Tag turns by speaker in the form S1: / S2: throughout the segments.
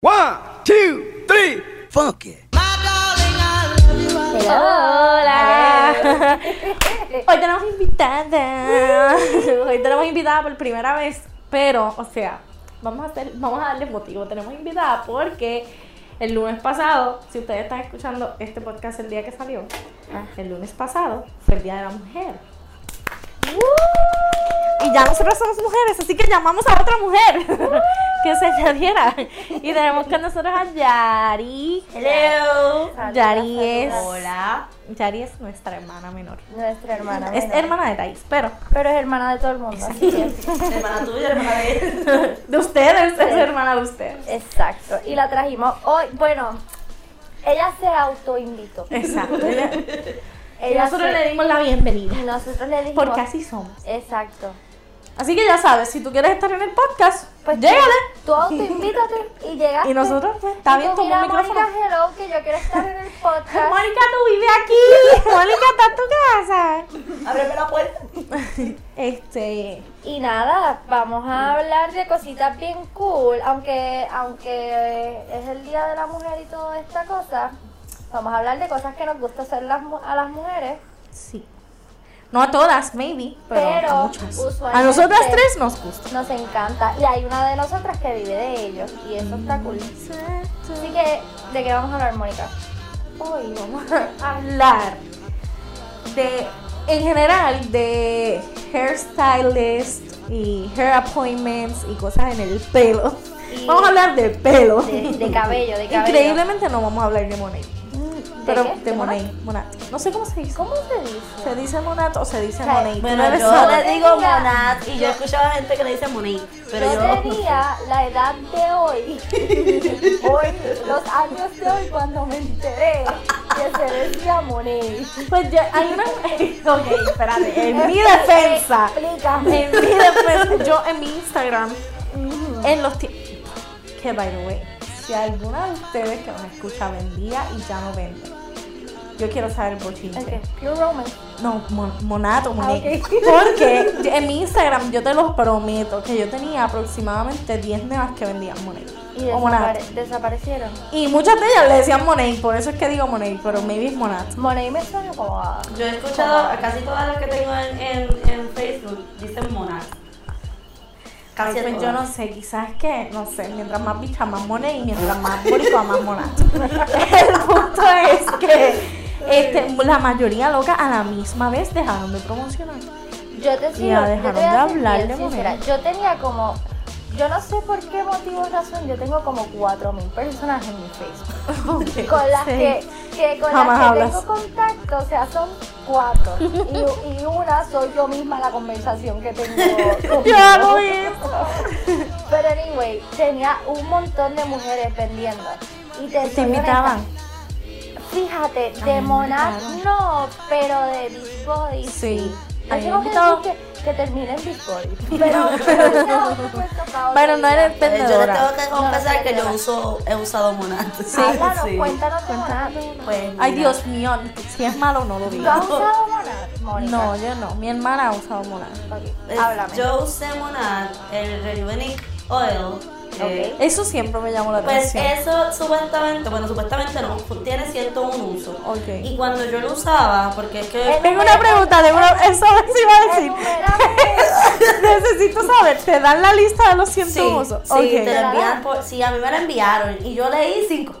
S1: One, two, three, fuck it.
S2: Hola. Hoy tenemos invitada. Hoy tenemos invitada por primera vez, pero, o sea, vamos a hacer, vamos a darle motivo. Tenemos invitada porque el lunes pasado, si ustedes están escuchando este podcast el día que salió, el lunes pasado fue el día de la mujer. Y ya nosotros somos mujeres, así que llamamos a otra mujer que se añadiera. Y tenemos con nosotros a Yari.
S3: Hello.
S2: Yari es.
S3: Hola.
S2: Yari es nuestra hermana menor.
S4: Nuestra hermana.
S2: Es
S4: menor.
S2: hermana de Thais, pero
S4: Pero es hermana de todo el mundo. así que-
S3: Hermana tuya, hermana de él.
S2: de ustedes, es hermana de ustedes.
S4: Exacto. Y la trajimos hoy. Bueno, ella se autoinvitó.
S2: Exacto. Y
S4: Ella
S2: nosotros
S4: se-
S2: le dimos la bienvenida.
S4: y nosotros le dijimos.
S2: Porque así somos.
S4: Exacto.
S2: Así que ya sabes, si tú quieres estar en el podcast,
S4: Pues
S2: llégale.
S4: tú- Tú autoinvítate y llegaste.
S2: Y nosotros, pues, está
S4: Y
S2: bien,
S4: tú,
S2: toma un
S4: mira,
S2: micrófono.
S4: Mónica, hello, que yo quiero estar en el podcast.
S2: Mónica, tú vives aquí. Mónica está en tu casa.
S3: Ábreme la puerta.
S2: Este.
S4: y nada, vamos
S3: Mm.
S4: a hablar de cositas bien cool. Aunque, aunque es el Día de la Mujer y toda esta cosa, vamos a hablar de cosas que nos gusta hacer las mu- a las mujeres.
S2: Sí. No a todas, maybe, pero,
S4: Pero,
S2: a muchas. A
S4: usualmente-
S2: nosotras tres nos gusta.
S4: Nos encanta. Y hay una de nosotras que vive de ellos. Y eso está cool. Así que, ¿de qué vamos a hablar, Mónica?
S2: Hoy vamos a hablar de, en general, de hairstylist y hair appointments y cosas en el pelo.
S4: Y-
S2: Vamos a hablar de pelo.
S4: De, de cabello, de cabello.
S2: Increíblemente no vamos a hablar de Monet.
S4: ¿De
S2: Pero
S4: qué?
S2: de, Monet. Monat. No sé cómo se dice.
S4: ¿Cómo se dice?
S2: ¿Se dice Monat o se dice
S4: O sea,
S2: Monet? Tú no
S3: Bueno,
S2: eres
S3: yo
S2: sola.
S3: le digo Monat y yo he escuchado a gente que le dice Monet. Pero
S4: yo,
S3: yo.
S4: tenía la edad de hoy, hoy, los años de hoy, cuando me enteré que se decía Monet.
S2: Pues yo, hay una. ok, espérate. En mi
S4: Expli-
S2: defensa.
S4: Explícame.
S2: En mi defensa. Yo en mi Instagram. En los tie- Que by the way. Si alguna de ustedes que nos escucha vendía y ya no vende. Yo quiero saber el bochinche.
S4: Ok, Pure Romance.
S2: No, mon- monato, moné.
S4: ok.
S2: Porque yo- en mi Instagram yo te lo prometo que yo tenía aproximadamente 10 nenas que vendían monet.
S4: Y
S2: o monato.
S4: desapare- desaparecieron.
S2: Y muchas de ellas le decían monet, por eso es que digo monet, pero maybe es monato.
S4: Monet me suena como a...
S3: Yo he escuchado a casi todas las que tengo en, en, en Facebook dicen Monat. Casi
S2: Pues
S3: todas.
S2: yo no sé, quizás es que, no sé, mientras más bicha, más monet y mientras más boricua, más monato. El punto es que este, la mayoría loca a la misma vez dejaron de promocionar.
S4: Yo te sigo.
S2: Ya
S4: yo
S2: dejaron
S4: te voy
S2: de
S4: a ser
S2: hablar
S4: bien
S2: de
S4: sincera.
S2: mujeres.
S4: Yo tenía como. Yo no sé por qué motivo o razón, yo tengo como 4.000 personas en mi Facebook.
S2: Ok,
S4: Con las
S2: sí.
S4: que, que, con
S2: Jamás
S4: las que
S2: hablas.
S4: tengo contacto, o sea, son cuatro. Y, y una soy yo misma la conversación que tengo.
S2: Yo
S4: conmigo.
S2: hago eso.
S4: Pero anyway, tenía un montón de mujeres vendiendo. Y te,
S2: Te
S4: soy
S2: invitaban.
S4: honesta, Fíjate,
S2: me
S4: de Monat
S2: invitaron.
S4: no, pero de Beach Body
S2: Sí.
S4: yo
S2: A mí me
S4: tengo que
S2: invitó-
S4: decir que, que termine en Bitcoin. Pero, pero ese es otro cuento para otro
S2: Pero no
S4: día.
S2: eres
S3: Eh, Yo le tengo
S2: vendedora.
S3: que
S4: No,
S3: confesar
S4: no,
S3: que yo
S4: no.
S3: uso, he usado Monat.
S4: Háblanos,
S3: Sí.
S4: cuéntanos de Monat.
S3: Pues,
S2: Ay,
S3: mira.
S2: Dios mío, si es malo no lo
S4: ¿Tú has
S2: digas.
S4: usado Monat, Mónica?
S2: No, yo no. Mi hermana ha usado molar.
S4: Ok,
S3: Es-
S4: háblame.
S3: Yo usé Monat, el Revenic Oil. eh,
S4: Ok.
S2: Eso siempre me llamó la
S3: Pues
S2: atención.
S3: eso supuestamente, bueno, supuestamente no, tiene 101 usos.
S2: Ok.
S3: Y cuando yo lo usaba, porque es que.
S4: El-
S2: Tengo una pregunta, tengo una... eso sí iba a decir.
S4: Enumérame.
S2: Necesito saber, ¿te dan la lista de los 100
S3: Sí,
S2: usos?
S3: sí,
S2: Ok.
S3: te lo envían por- sí, a mí me la enviaron y yo leí 5.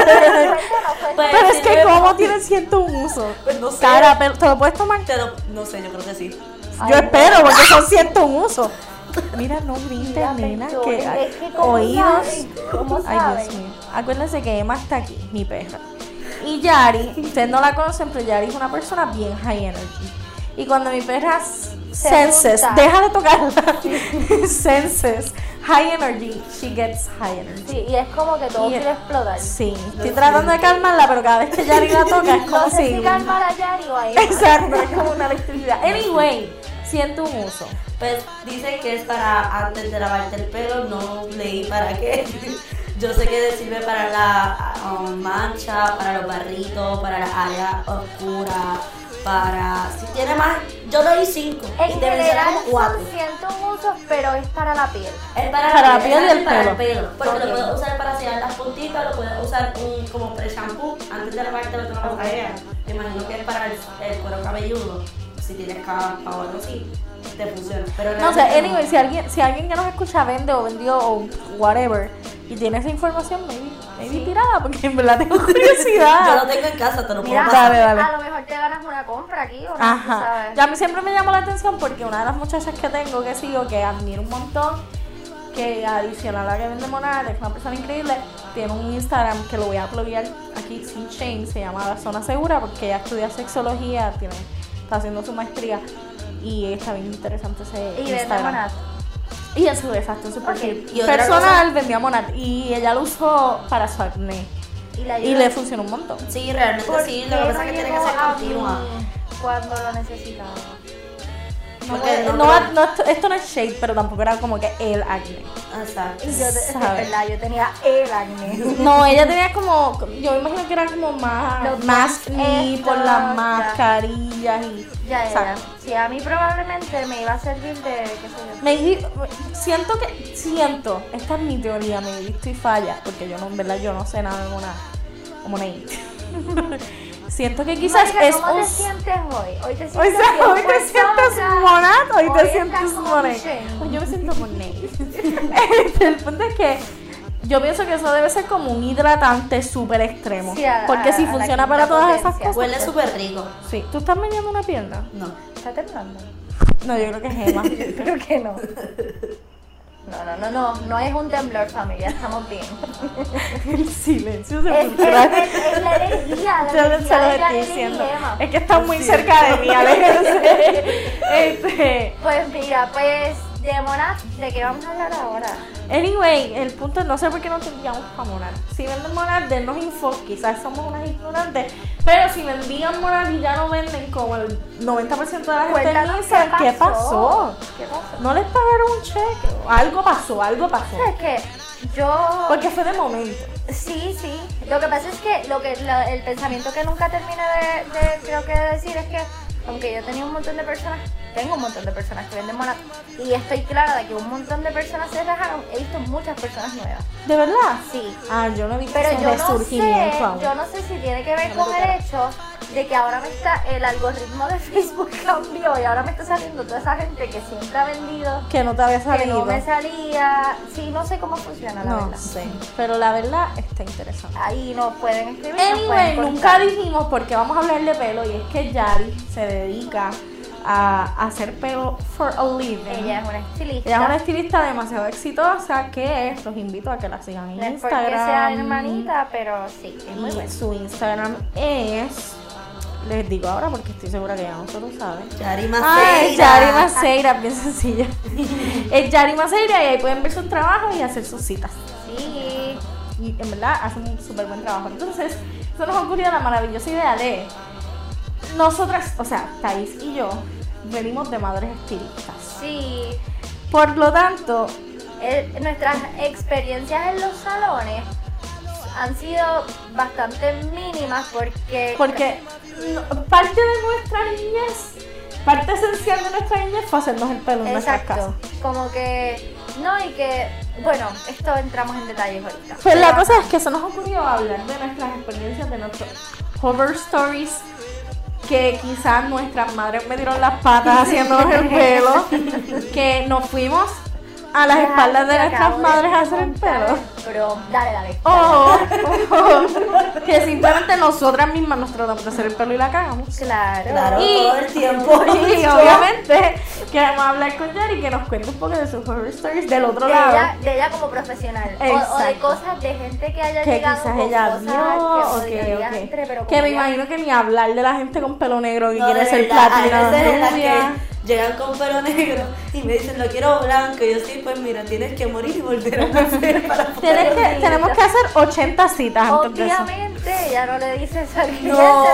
S4: Cuéntanos, cuéntanos.
S2: Pero es que ¿cómo tienes 101 usos?
S3: Pues no sé.
S2: Cara, pero ¿te lo puedes tomar?
S3: Te lo- no sé, yo creo que sí.
S4: Ay,
S2: Yo espero, porque son 101 usos. Mira, no grites,
S4: Mira,
S2: nena,
S4: perdón,
S2: que
S4: es que ¿cómo
S2: oídos.
S4: saben? ¿Cómo
S2: Ay, Dios
S4: saben?
S2: mío. Acuérdense que Emma está aquí, mi perra. Y Yari, ustedes no la conocen, pero Yari es una persona bien high energy. Y cuando mi perra s-
S4: Se
S2: senses,
S4: asusta.
S2: deja de tocarla, senses high energy, she gets high energy.
S4: Sí, y es como que todo
S2: Y-
S4: quiere explotar.
S2: Sí, estoy tratando de calmarla, pero cada vez que Yari la toca es como
S4: No sé
S2: si...
S4: si calmar a Yari o a Emma.
S2: Exacto, es como una electricidad. Anyway, siento un uso.
S3: Pues dicen que es para antes de lavarte el pelo, no leí para qué. Yo sé que sirve para la um, mancha, para los barritos, para la área oscura, para... Si tiene más, yo leí 5.
S4: En
S3: y te mencionan
S4: general
S3: como cuatro.
S4: son 101 usos, pero es para la piel.
S3: Es para,
S2: Para la
S3: es
S2: piel y el
S3: para el
S2: pelo.
S3: pelo, porque lo puedo usar para hacer usar un como pre-shampoo antes de lavarte lo tomas a ella. Me imagino que es para el, el cuero cabelludo. Si tienes capa o algo así, te funciona. Pero
S2: No sé,
S3: realmente
S2: anyway, si alguien, si alguien que nos escucha vende o vendió o whatever y tiene esa información, maybe, maybe tirada, porque en verdad tengo
S3: Yo lo
S2: curiosidad.
S3: tengo en casa, te lo puedo
S4: Mira,
S3: pasar.
S2: Dale, dale.
S4: a lo mejor te ganas una compra aquí o no, tú
S2: Ajá.
S4: sabes.
S2: Ya a mí siempre me llamó la atención porque una de las muchachas que tengo que sigo, que admiro un montón, que adicional a que vende Monar, es una persona increíble, tiene un Instagram que lo voy a pluguear aquí sin shame, se llama La Zona Segura, porque ella estudia sexología, tiene, está haciendo su maestría y está bien interesante ese
S4: Y vende
S2: Instagram.
S4: monat.
S2: Y en su exacto, en su perfil
S3: Ok, y otra
S2: personal vendía Monat y ella lo usó para su acné
S4: Y, la
S2: y
S4: ayuda.
S2: le funcionó un montón.
S3: Sí, realmente
S4: ¿Por
S3: pues sí,
S4: qué
S3: lo que pasa
S4: no
S3: es que tiene que
S4: llegó
S3: ser
S4: a
S3: continua.
S4: mí Cuando lo necesitaba.
S2: No,
S3: Porque no
S2: no-
S3: creo-
S2: no- esto- esto no es shade, pero tampoco era como que el acné.
S3: Exacto.
S4: Y yo, te- es
S2: ¿Sabes?
S4: verdad, yo tenía el acné.
S2: No, ella tenía como, yo me imagino que era como más,
S4: Los
S2: más y
S4: esto,
S2: por
S4: ya.
S2: las mascarillas y,
S4: Ya, ya,
S2: ¿sabes?
S4: ya. Sí, a mí probablemente me iba a servir de, qué sé yo.
S2: Maybe- siento que, siento, esta es mi teoría, me visto y falla, porque yo no, en verdad, yo no sé nada de Monad, o Monade. siento que quizás
S4: Mónica,
S2: es
S4: ¿cómo
S2: un...
S4: te sientes hoy? Hoy te sientes
S2: Hoy, se-
S4: bien
S2: hoy te
S4: fuerzosa,
S2: sientes monat, hoy te sientes
S4: estás como
S2: monet.
S4: Michelle.
S2: Hoy yo me siento monet. Este, el punto es que yo pienso que eso debe ser como un hidratante súper extremo.
S4: Sí, a-
S2: porque
S4: a-
S2: si
S4: a la
S2: funciona
S4: quinta
S2: para todas esas
S4: potencia.
S2: cosas.
S3: Huele súper rico.
S2: Sí, ¿tú estás meñando una pierna?
S3: No.
S4: ¿Está temblando?
S2: No, yo creo que es Emma.
S4: Creo que no. No, no, no, no, no es un temblor familia, estamos bien.
S2: el silencio
S4: Es, es,
S2: sepulcral.
S4: es- es la energía,
S2: Yo lo- se lo
S4: la energía de
S2: estoy
S4: Janine y
S2: diciendo.
S4: Emma.
S2: Es que está muy cerca de mí, aléjense. este.
S4: Pues mira, pues de Monat, ¿de qué vamos a hablar ahora?
S2: Anyway, el punto es, no sé por qué no tendríamos para Monar. Si venden Monar, denos info, quizás somos unas ignorantes, pero si me envían Monar y ya no venden como el 90% de la gente en
S4: Cuéntanos
S2: Instagram, ¿qué pasó?
S4: ¿Qué pasó?
S2: ¿No les pagaron un cheque? Algo pasó, algo pasó.
S4: Es que yo...
S2: Porque fue de momento.
S4: Sí, sí. Lo que pasa es que, lo que la- el pensamiento que nunca termina de, de- creo que de decir es que, aunque yo tenía un montón de personas, tengo un montón de personas que venden monas, y estoy clara de que un montón de personas se rajaron, he visto muchas personas nuevas.
S2: ¿De verdad?
S4: Sí.
S2: Ah, yo no vi que
S4: Pero
S2: ese
S4: yo no, sé,
S2: resurgimiento aún.
S4: yo no sé si tiene que ver con el hecho de que ahora me está, el algoritmo de Facebook cambió y ahora me está saliendo toda esa gente que siempre ha vendido,
S2: Que no te había
S4: que
S2: salido.
S4: no me salía. Sí, no sé cómo funciona la
S2: No
S4: verdad.
S2: sé. Pero la verdad está interesante.
S4: Ahí nos pueden escribir. nos
S2: Anyway,
S4: pueden
S2: nunca
S4: contar.
S2: dijimos porque vamos a hablar de pelo y es que Yari se dedica a hacer pelo for a living.
S4: Ella es una estilista.
S2: Ella es una estilista demasiado exitosa que los invito a que la sigan en
S4: No es porque
S2: Instagram.
S4: sea hermanita, pero sí, es muy
S2: Y
S4: buena.
S2: su Instagram es, les digo ahora porque estoy segura que ya nosotros saben. Ah,
S3: Yari
S2: es
S3: Maceira.
S2: Yari Maceira, bien sencilla. es Yari Maceira y ahí pueden ver sus trabajos y hacer sus citas.
S4: Sí.
S2: y en verdad hacen un súper buen trabajo. Entonces, se nos ocurrió la maravillosa idea de nosotras, o sea, Thais y yo, venimos de madres estilistas.
S4: Sí.
S2: Por lo tanto,
S4: Eh, nuestras experiencias en los salones han sido bastante mínimas porque.
S2: porque no- parte de nuestra niñez, parte esencial de nuestra niñez fue hacernos el pelo en nuestras
S4: Exacto.
S2: casas.
S4: Como que. No, y que. Bueno, esto entramos en detalles ahorita.
S2: Pues la
S4: Pero-
S2: cosa es que se nos ocurrió hablar de nuestras experiencias, de nuestros horror stories, que quizás nuestras madres me dieron las patas haciéndonos el pelo, que nos fuimos a las
S4: Ya,
S2: espaldas de
S4: te
S2: nuestras
S4: acabo
S2: madres a hacer el
S4: contar
S2: pelo. Oh.
S4: el prom. Dale, dale.
S2: O, o oh. que simplemente nosotras mismas nos tratamos de hacer el pelo y la cagamos.
S4: Claro.
S3: Claro,
S2: Y-
S3: todo el tiempo.
S4: Oh,
S2: Y obviamente queremos hablar con Yari que nos cuente un poco de sus horror stories del otro
S4: de
S2: lado.
S4: ella, de ella como profesional. O, o de
S2: Exacto.
S4: cosas de gente que haya
S2: que
S4: llegado
S2: quizás
S4: con
S2: ella
S4: cosas
S2: vio,
S4: que,
S2: que,
S4: diga, "Diantre", pero
S2: que
S4: como
S2: me
S4: ella-
S2: imagino que ni hablar de la gente con pelo negro y
S3: No,
S2: quiere
S3: de
S2: ser
S3: verdad, hay
S2: platina
S3: veces en las
S2: rubia.
S3: que Llegan con pelo negro y me dicen, lo quiero blanco. Y yo sí, pues mira, tienes que morir y volver a nacer para
S2: Tienes
S3: poder.
S2: que, tenemos que hacer 80 citas antes de eso.
S4: Obviamente ella no le dice eso al cliente,
S3: No.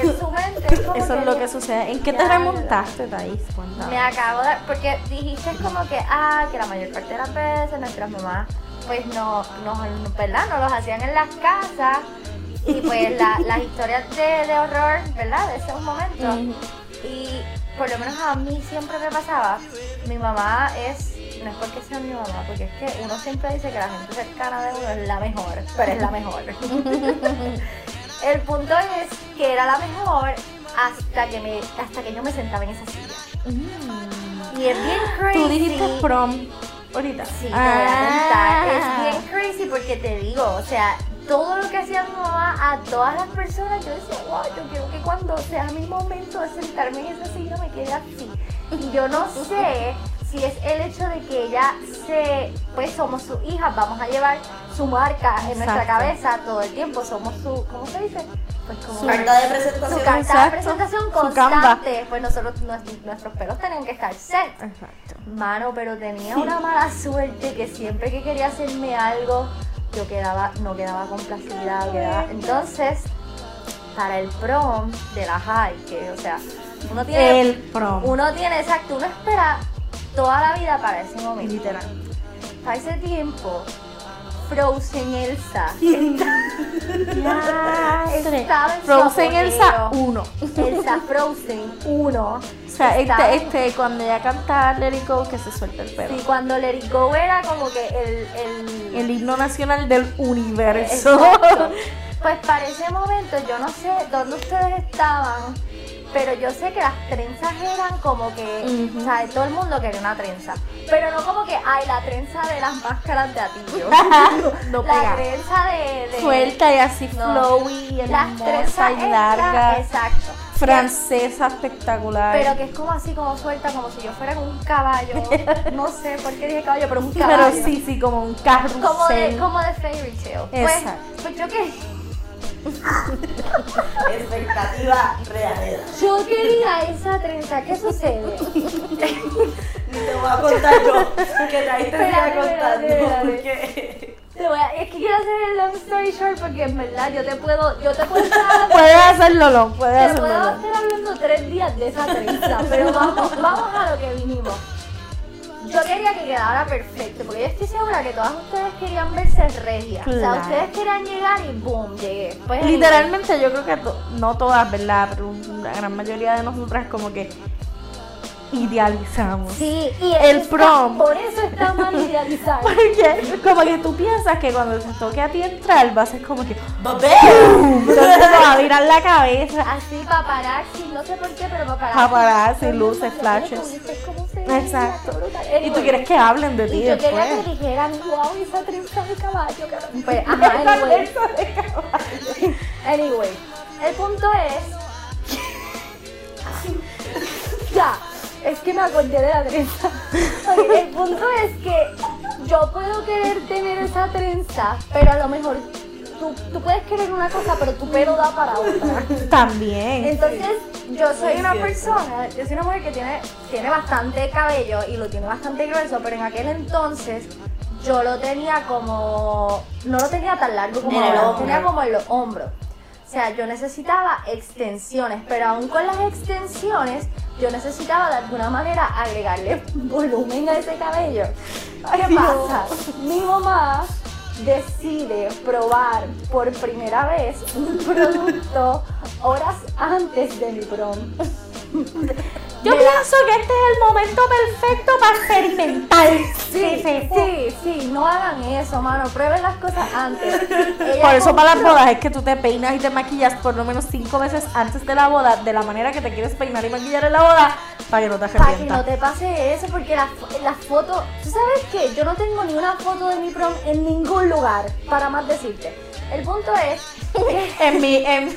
S4: pero en su mente es como
S2: Eso es lo que sucede. ¿En qué te
S4: Ya,
S2: remontaste, Thais? Cuéntame.
S4: Me acabo de... Porque dijiste como que, ah, que la mayor parte de las veces nuestras mamás, pues no, no, no- ¿verdad? No los hacían en las casas. Y pues la- las historias de, de horror, ¿verdad? De esos momentos.
S2: Ujú.
S4: Y por lo menos a mí siempre me pasaba, mi mamá es no es porque sea mi mamá, porque es que uno siempre dice que la gente cercana de uno es la mejor, pero es la mejor. El punto es que era la mejor hasta que me, hasta que yo me sentaba en esa silla. Y es bien crazy.
S2: Mm. Tú dijiste prom ahorita.
S4: Sí, te voy
S2: Ah.
S4: a contar. Es bien crazy porque te digo, o sea, todo lo que hacía mi mamá a todas las personas, yo decía, wow, yo quiero que cuando sea mi momento de sentarme en esa silla me quede así. Y yo no sé si es el hecho de que ella se, pues somos sus hijas, vamos a llevar su marca en nuestra
S2: Exacto.
S4: cabeza todo el tiempo, somos su, ¿cómo se dice? Pues como
S3: Su carta de presentación.
S4: su carta de
S2: Exacto.
S4: presentación
S2: Su gamba.
S4: constante. Pues nosotros, nues- nuestros pelos tenían que estar set.
S2: Exacto.
S4: Mano, pero tenía una mala suerte que siempre que quería hacerme algo, yo quedaba, no quedaba complacida, quedaba- Entonces, para el prom de la high, que, o sea, uno tiene...
S2: El prom.
S4: Uno tiene, exacto, uno espera toda la vida para ese momento.
S2: Literal.
S4: Para ese tiempo, Frozen Elsa Estaba en su
S2: Frozen
S4: apogeo.
S2: Elsa 1.
S4: Elsa Frozen 1.
S2: O sea,
S4: Estaba-
S2: este, este, cuando ella canta Let It Go, que se suelta el pelo.
S4: Y cuando Let It Go era como que el,
S2: El himno nacional del universo.
S4: Exacto. Pues para ese momento yo no sé dónde ustedes estaban, pero yo sé que las trenzas eran como que,
S2: Ujú.
S4: o sea, todo el mundo quería una trenza, pero no como que, ay, la trenza de las máscaras de atillo,
S2: No
S4: la
S2: pega.
S4: trenza de, de-
S2: Suelta y así
S4: No.
S2: flowy,
S4: las
S2: hermosa
S4: trenzas
S2: y
S4: extra,
S2: larga.
S4: exacto,
S2: Francesa espectacular.
S4: pero que es como así como suelta, como si yo fuera como un caballo, no sé por qué dije caballo, pero un caballo.
S2: Pero sí, sí, como un carrusel.
S4: Como de, como de fairy tale. Pues,
S2: Exacto.
S4: pues yo que
S3: Expectativa realidad.
S4: Yo quería esa trenza, ¿qué sucede?
S3: Ni te voy a contar yo. Que de ahí te voy a
S4: Espérate,
S3: contar
S4: espérate,
S3: yo,
S4: espérate.
S3: Porque.
S4: Te voy a- es que quiero hacer el long story short porque en verdad yo te puedo, yo te puedo estar,
S2: Puedes hacerlo, Lon, puedes
S4: te puedo
S2: hacerlo. Lon.
S4: estar hablando tres días de esa trenza, pero vamos, vamos a lo que vinimos. Yo quería que quedara perfecto, porque yo estoy segura que todas ustedes querían verse regia. O
S2: Claro.
S4: sea, ustedes querían llegar y boom, llegué. Pues,
S2: Literalmente yo creo que to- no todas, ¿verdad? Pero la gran mayoría de nosotras como que idealizamos.
S4: Sí, y
S2: El
S4: eso está-
S2: prom.
S4: por eso está mal idealizado.
S2: Porque como que tú piensas que cuando te toque a ti entrar vas a ser como que
S3: ¡Babé!
S2: entonces te va a virar la cabeza.
S4: Así paparazzi, no sé por qué, pero paparazzi.
S2: Paparazzi, luces,
S4: Todo el mundo,
S2: flashes.
S4: tú dices, ¿cómo se ve?
S2: Exacto.
S4: Qué brutal.
S2: Y tú
S4: Anyway,
S2: quieres que hablen de ti
S4: Y yo quería
S2: después.
S4: que dijeran, wow, esa trenza de caballo. cabrón". Pues, ajá, anyway. Anyway, el punto es. ya, es que me acordé de la trenza. Ok, el punto es que yo puedo querer tener esa trenza, pero a lo mejor tú, tú puedes querer una cosa, pero tu pelo da para otra.
S2: También.
S4: Entonces, yo soy una persona, yo soy una mujer que tiene, tiene bastante cabello y lo tiene bastante grueso, pero en aquel entonces yo lo tenía como, no lo tenía tan largo como
S3: En el
S4: ahora, lo
S3: hombro.
S4: tenía como en los hombros. O sea, yo necesitaba extensiones, pero aún con las extensiones, yo necesitaba de alguna manera agregarle volumen a ese cabello. ¿Qué pasa? Mi mamá decide probar por primera vez un producto horas antes de mi prom.
S2: Yo pienso que este es el momento perfecto para experimentar. Sí, sí,
S4: Sí, sí, no hagan eso, mano. Prueben las cosas antes. Ella
S2: Por eso para las
S4: compró-
S2: bodas es que tú te peinas y te maquillas por lo menos cinco veces antes de la boda, de la manera que te quieres peinar y maquillar en la boda, para que no te
S4: Para que no
S2: arrepientas.
S4: te pase eso, porque las la fotos. ¿Tú sabes que Yo no tengo ni una foto de mi prom en ningún lugar, para más decirte. El punto es. que-
S2: En mi, en,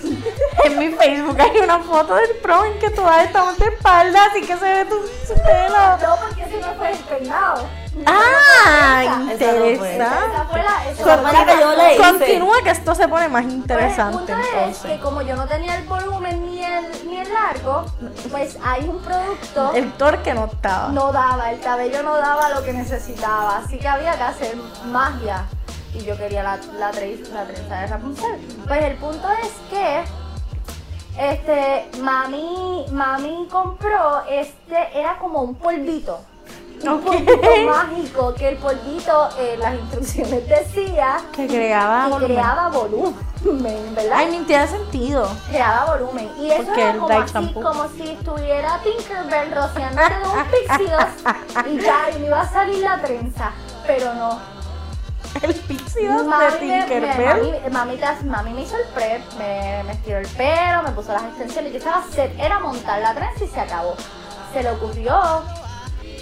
S2: en mi Facebook hay una foto del pro en que todas estamos de espalda, así que se ve tu su pelo.
S4: No, porque ese no fue el peinado.
S2: Ah,
S3: Esa no
S2: interesante.
S3: fue.
S4: Esa fue la. esa
S3: Esa
S4: fue
S3: fue
S4: la-
S3: la que yo le hice.
S2: Continúa que esto se pone más
S4: Pues
S2: interesante
S4: el punto es
S2: entonces.
S4: que como yo no tenía el volumen ni el, ni el largo, pues hay un producto.
S2: El torque no estaba.
S4: no daba, el cabello no daba lo que necesitaba, así que había que hacer magia. Y yo quería la, la, tre- la trenza de Rapunzel. Pues el punto es que este mami, mami compró este, era como un polvito. un
S2: Ok.
S4: polvito mágico que el polvito, eh, las instrucciones decía,
S2: Que creaba
S4: y
S2: Ah, volumen.
S4: creaba volumen, ¿verdad?
S2: Ay, ni tiene sentido.
S4: creaba volumen. Y eso
S2: Porque
S4: era
S2: el
S4: como
S2: Dyke
S4: así,
S2: tampoco.
S4: como si estuviera Tinkerbell rociándose de un pixie dust y ya, y me iba a salir la trenza. Pero no.
S2: El pixie dust
S4: Mami,
S2: de
S4: me-
S2: Tinkerbell.
S4: me- mami- mamitas- mami me hizo el prep, me, me estiró el pelo, me puso las extensiones. Yo estaba set, era montar la trenza y se acabó. Se le ocurrió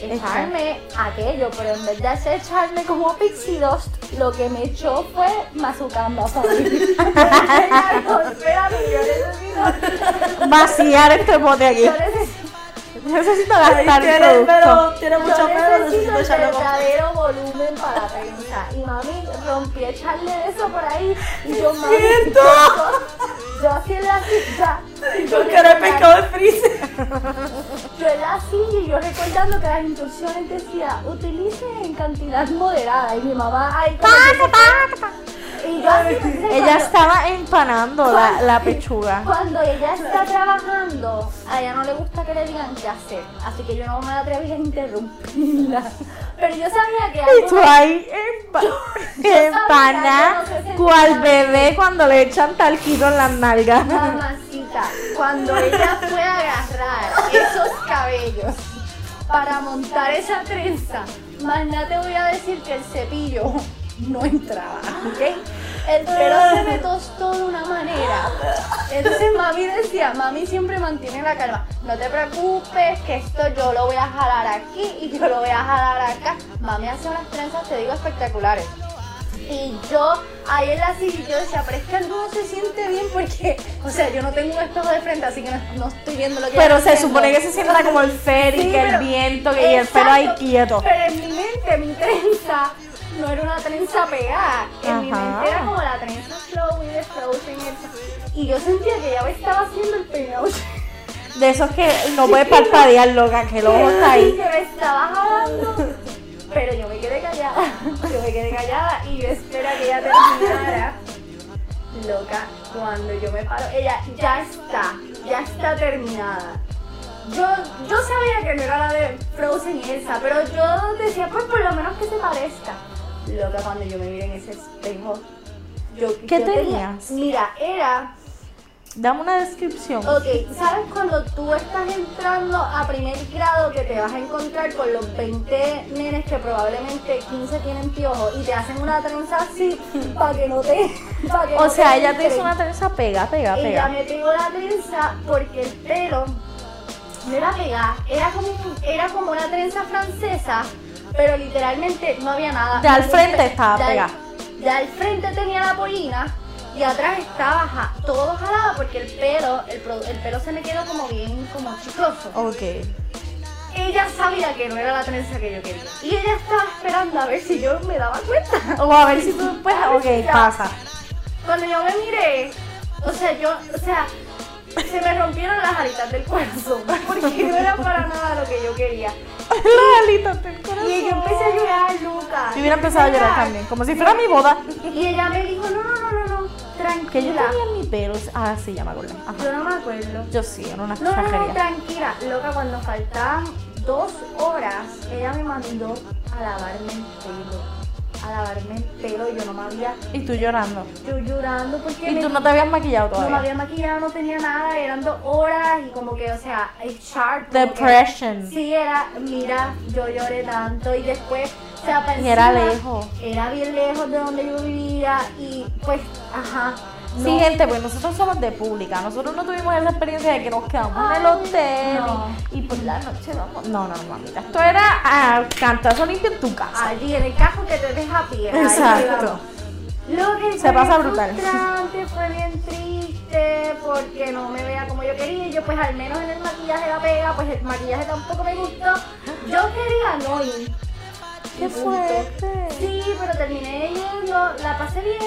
S4: echarme aquello, pero en vez de hacer echarme como pixie dust, lo que me echó fue mazucamba para mí. Espérame, yo necesito-
S2: Vaciar este bote aquí.
S4: yo necesito
S2: Necesito
S3: Ahí
S2: gastar
S3: tiene el
S2: el producto.
S3: pelo, tiene mucho pelo, necesito
S4: el
S3: echarlo con
S4: verdadero volumen para la trenza. Y mami rompí a echarle eso por ahí. Y yo, mami,
S3: cierto!
S4: yo- Yo así en la silla. y yo
S3: con cara de
S4: recordando-
S3: pescado de freezer.
S4: Yo en la silla y yo recordando que las instrucciones decía, utilice en cantidad moderada. Y mi mamá, ay, como que- Y yo así, entonces,
S2: Ella
S4: cuando-
S2: estaba empanando la, la pechuga.
S4: Cuando ella está trabajando, a ella no le gusta que le digan qué hacer. Así que yo no me atreví a interrumpirla. Pero yo sabía que
S2: Y tú
S4: algo
S2: ahí empa
S4: sabía,
S2: empana
S4: yo no sé si
S2: cual
S4: entendía.
S2: bebé cuando le echan talquito en las nalgas.
S4: mamacita, cuando ella fue a agarrar esos cabellos para montar esa trenza, más nada te voy a decir que el cepillo no entraba, ¿ok? El pelo se me tostó de una manera. Entonces mami decía, mami siempre mantiene la calma. No te preocupes, que esto yo lo voy a jalar aquí y yo lo voy a jalar acá. Mami hace unas trenzas, te digo, espectaculares. Y yo ahí en la silla yo decía, pero es que algo no se siente bien porque, o sea, yo no tengo un espejo de frente, así que no, no estoy viendo lo que
S2: Pero
S4: yo
S2: se
S4: tengo.
S2: supone que se sienta como el ferry,
S4: Sí,
S2: que el
S4: pero-
S2: viento, que y el pelo
S4: Exacto,
S2: ahí quieto.
S4: Pero en mi mente, mi trenza no era una trenza pegada. En mi
S2: Ajá.
S4: mente era como la trenza flow y de Frozen. esa. Y yo sentía que ya me estaba haciendo el peinado.
S2: De esos que no puedes parpadear, loca, que el ojo está
S4: Y
S2: ahí.
S4: que me estaba jalando. Pero yo me quedé callada. Yo me quedé callada y yo espera que ella terminara. Loca, cuando yo me paro, ella ya está, ya está terminada. Yo, yo sabía que no era la de Frozen y Elsa, pero yo decía, pues por lo menos que se parezca. Loca, cuando yo me miré en ese espejo, yo
S2: ¿Qué
S4: yo
S2: tenías?
S4: Mira, era
S2: Dame una descripción.
S4: Ok, ¿sabes cuando tú estás entrando a primer grado que te vas a encontrar con los 20 nenes que probablemente 15 tienen piojo y te hacen una trenza así para que no te... pa' que
S2: O
S4: no
S2: sea,
S4: te
S2: ella te hizo
S4: entren?
S2: una trenza pega, pega,
S4: Ella
S2: pega.
S4: me pegó la trenza porque el pelo no era pegada, era como, un- era como una trenza francesa, pero literalmente no había nada.
S2: De al
S4: No había
S2: frente
S4: pe-
S2: estaba
S4: de al-
S2: pegada.
S4: De al frente tenía la polina y atrás estaba ja- todo jalado porque el pelo, el, pro- el pelo se me quedó como bien, como chicloso.
S2: Oh. Ok.
S4: Ella sabía que no era la trenza que yo quería. Y ella estaba esperando a ver si yo me daba cuenta.
S2: O a ver si tú, pues,
S4: A ver si
S2: ok,
S4: ya.
S2: pasa.
S4: Cuando yo me miré, o sea, yo, o sea, se me rompieron las alitas del corazón porque no era para nada lo que yo quería.
S2: La alita del corazón.
S4: Y yo empecé a llorar, Lucas.
S2: Yo hubiera empezado a llorar también, como si fuera mi boda.
S4: Y ella me dijo, no, no, no, no, no,
S2: Que yo
S4: tranquila.
S2: tenía en mi pelo. Ah, sí, ya me acordé. Ajá.
S4: Yo no me acuerdo.
S2: Yo sí, era una
S4: No, no, no,
S2: chajería.
S4: tranquila. Loca, cuando faltaban dos horas, ella me mandó a lavarme el pelo. A lavarme el pelo, yo no me había,
S2: Y tú llorando.
S4: yo llorando porque
S2: Y
S4: me
S2: tú no te habías maquillado
S4: No me
S2: todavía.
S4: había maquillado, no tenía nada, eran dos horas y como que, o sea, el sharp. como que-
S2: Depression.
S4: Sí, era, mira, yo lloré tanto y después, o sea, para
S2: Y era
S4: encima,
S2: lejos.
S4: Era bien lejos de donde yo vivía y pues, ajá. no.
S2: Sí, gente, pues nosotros somos de pública. Nosotros no tuvimos esa experiencia de que nos quedamos en el
S4: Ay,
S2: hotel
S4: no.
S2: y, y por la noche vamos. No, no, no, mamita. Esto era ah, cantazo limpio en tu casa.
S4: Allí en el cajo que te deja a pie. ahí
S2: Exacto.
S4: Lo que
S2: Se
S4: fue
S2: pasa
S4: bien
S2: brutal.
S4: frustrante, fue bien triste porque no me veía como yo quería. Y yo, pues al menos en el maquillaje la pega, pues el maquillaje tampoco me gustó. Yo quería no ir.
S2: Qué
S4: Y punto.
S2: fuerte.
S4: Sí, pero terminé yendo, la pasé bien.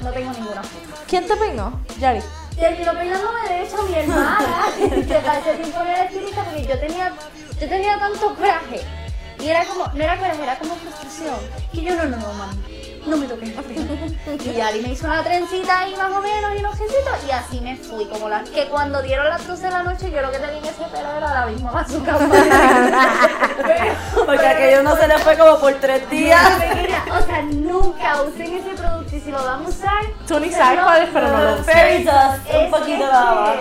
S4: No tengo ninguna foto.
S2: ¿Quién te peinó? Yari.
S4: Terminó peinándome de hecho mi hermana, que pasé sin poner el estilista porque yo tenía, yo tenía tanto coraje. Y era como, no era coraje, era como frustración. Que yo, no, no, no, mami. no me toques. Y Ali me hizo una trencita ahí más o menos y unos quesitos y así me fui. Como las que cuando dieron las 12 de la noche yo lo que tenía en ese pelo era la misma bazooka.
S3: Porque aquello no se le fue como por tres días.
S4: o sea, nunca usen ese producto y si lo van a usar...
S2: Tú ni sabes cuál es, pero no lo usas.
S3: Fairy dust, un
S4: Es
S3: poquito
S4: este-
S3: de baba.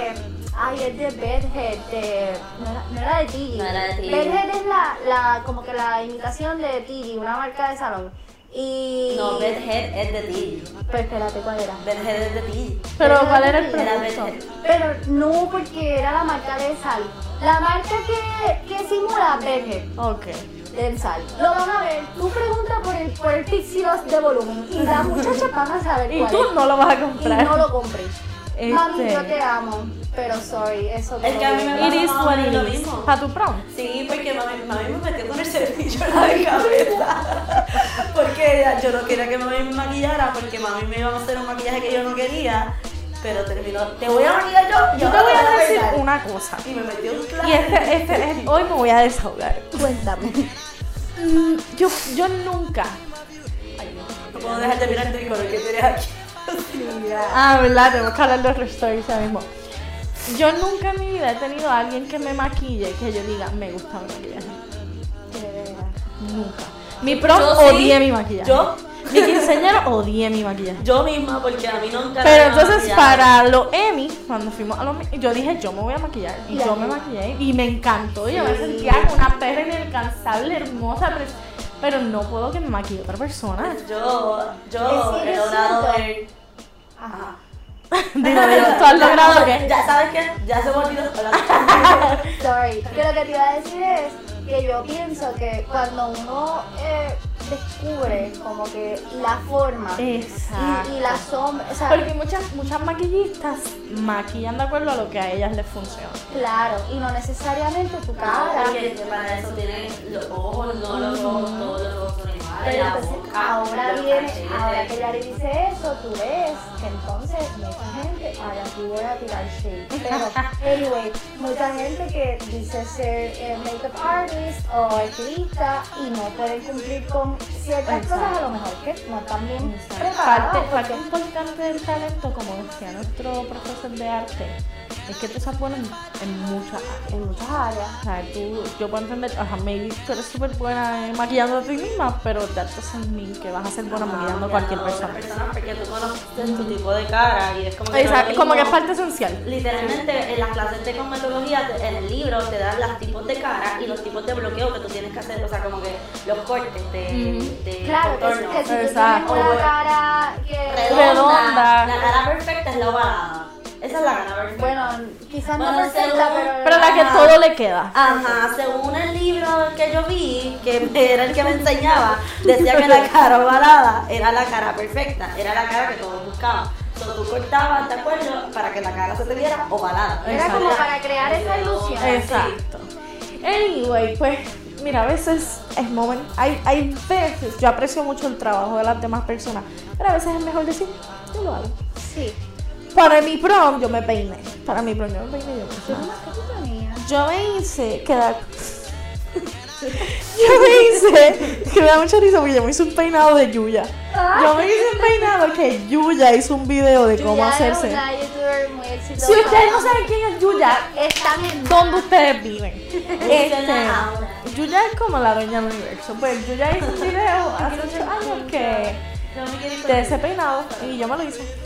S4: Ay, es de Bedhead, de... No era, no era de Tigi.
S3: No era de Tigi.
S4: Bedhead es la, la, como que la imitación de Tigi, una marca de salón. Y...
S3: No, Bedhead es de ti.
S4: Pues espérate, ¿cuál era?
S3: Bedhead es de ti.
S2: Pero ¿cuál era el
S3: Era
S2: producto?
S3: Bedhead.
S4: Pero no, porque era la marca de sal. La marca que, que simula Bedhead.
S2: Ok.
S4: del sal. Lo van a ver. Tú pregunta por el, por el Pixie Dust de volumen y las muchachas van a saber
S2: Y
S4: cuál
S2: tú
S4: es.
S2: no lo vas a
S4: Y
S2: comprar.
S4: no lo compres.
S2: Este.
S4: Mami, yo te amo, pero sorry, eso
S3: Es que a mí me
S2: It is what it
S3: Lo
S2: is.
S3: mismo.
S2: ¿A tu prom?
S3: Sí, porque mami, mami me metió con el cepillo en la cabeza. Porque yo no quería que mami me maquillara, porque mami me iba a hacer un maquillaje que yo no quería. Pero terminó, te voy a maquillar yo.
S2: Yo te voy a decir una cosa.
S3: Y me metió un clavo.
S2: Y este, este, es- hoy me voy a desahogar.
S4: Cuéntame.
S2: Mm, Yo, yo nunca
S3: No puedo dejar de mirar el tricolor que tienes aquí.
S2: Ah, verdad, tenemos que hablar de horror stories ya mismo. Yo nunca en mi vida he tenido a alguien que me maquille que yo diga, me gusta mi maquillaje. Nunca. Mi prom
S3: Yo sí.
S2: odié mi maquillaje.
S3: Yo.
S2: Mi quinceañera odié mi maquillaje.
S3: Yo misma, porque a mí nunca me
S2: Pero
S3: iba a
S2: entonces
S3: maquillar.
S2: para los Emmy, cuando fuimos a los Emmy, yo dije, yo me voy a maquillar. Y
S4: Ya.
S2: yo me maquillé y me encantó. Y yo me sentía como una perra inalcanzable, hermosa. Pero, pero no puedo que me maquille otra persona.
S3: Yo, yo
S4: Es que
S3: he
S4: yo
S3: logrado
S4: siento-
S3: ver. Ajá.
S2: Digo, digo, ¿tú has logrado qué?
S3: Ya sabes que ya se me olvidó hablar.
S4: Sorry. Que lo que te iba a decir es que yo pienso que cuando uno eh, descubre como que la forma y,
S2: Exacto.
S4: y la sombra, o sea,
S2: Porque muchas, muchas maquillistas maquillan de acuerdo a lo que a ellas les funciona.
S4: claro, y no necesariamente tu cara.
S3: Porque para eso tienen los ojos, no los ojos, todos los ojos son iguales,
S4: Pero
S3: la
S4: entonces
S3: boca,
S4: ahora
S3: los
S4: viene,
S3: cachetes.
S4: ahora que Yari dice eso, tú ves que entonces mucha gente, ahora aquí voy a tirar shade, pero anyway, mucha gente que dice ser eh, makeup artist o estilista y no pueden cumplir con ciertas cosas, a lo mejor que no están bien
S2: Parte,
S4: preparadas.
S2: parte importante del talento, como decía nuestro profesor de arte, es que tú seas bueno en, en muchas áreas.
S4: en muchas áreas.
S2: O sea, tú, yo puedo entender, ajá, maybe tú eres súper buena eh, maquillando a ti misma, pero that doesn't mean que vas a ser buena maquillando a cualquier
S3: Otra
S2: persona.
S3: Porque tú conoces tu tipo de cara y es como que.
S2: Exacto,
S3: lo
S2: como que es
S3: mismo.
S2: parte esencial.
S3: Literalmente en las clases de cosmetología, te- en el libro te dan los tipos de cara y los tipos de bloqueo que tú tienes que hacer, o sea, como que los cortes de, de
S4: Claro, que,
S3: contorno.
S4: si- que si tú tienes
S2: Exacto.
S4: una cara que...
S3: redonda.
S2: redonda.
S3: La cara perfecta es la ovalada. Esa es la cara perfecta.
S4: Bueno, quizás no
S3: Bueno,
S4: perfecta,
S3: según-
S4: pero...
S2: Pero la que todo le queda.
S3: Ajá, según el libro que yo vi, que era el que me enseñaba, decía que la cara ovalada era la cara perfecta, era la cara que todos buscaban. Entonces tú cortabas de acuerdo para que la cara se te viera ovalada.
S4: Era como para crear esa ilusión.
S2: Eh. Exacto. Anyway, pues mira, a veces es momento, hay, hay veces, yo aprecio mucho el trabajo de las demás personas, pero a veces es mejor decir, yo lo hago.
S4: Sí.
S2: Para mi prom yo me peiné, para mi prom yo me peiné yo me hice nada. Yo me hice quedar... Yo me hice, es que me da mucha risa porque yo me hice un peinado de Yuya.
S4: Ah.
S2: Yo me hice un peinado que Yuya hizo un video de cómo
S4: Julia es
S2: hacerse.
S4: una youtuber muy exitosa.
S2: Si ustedes no saben quién es Yuya,
S4: Están en
S2: ¿Dónde ustedes viven?
S3: Funciona ahora.
S2: Este, Yuya es como la dueña del universo. Pues Yuya hizo un video hace ocho años que de ese peinado y yo me lo hice.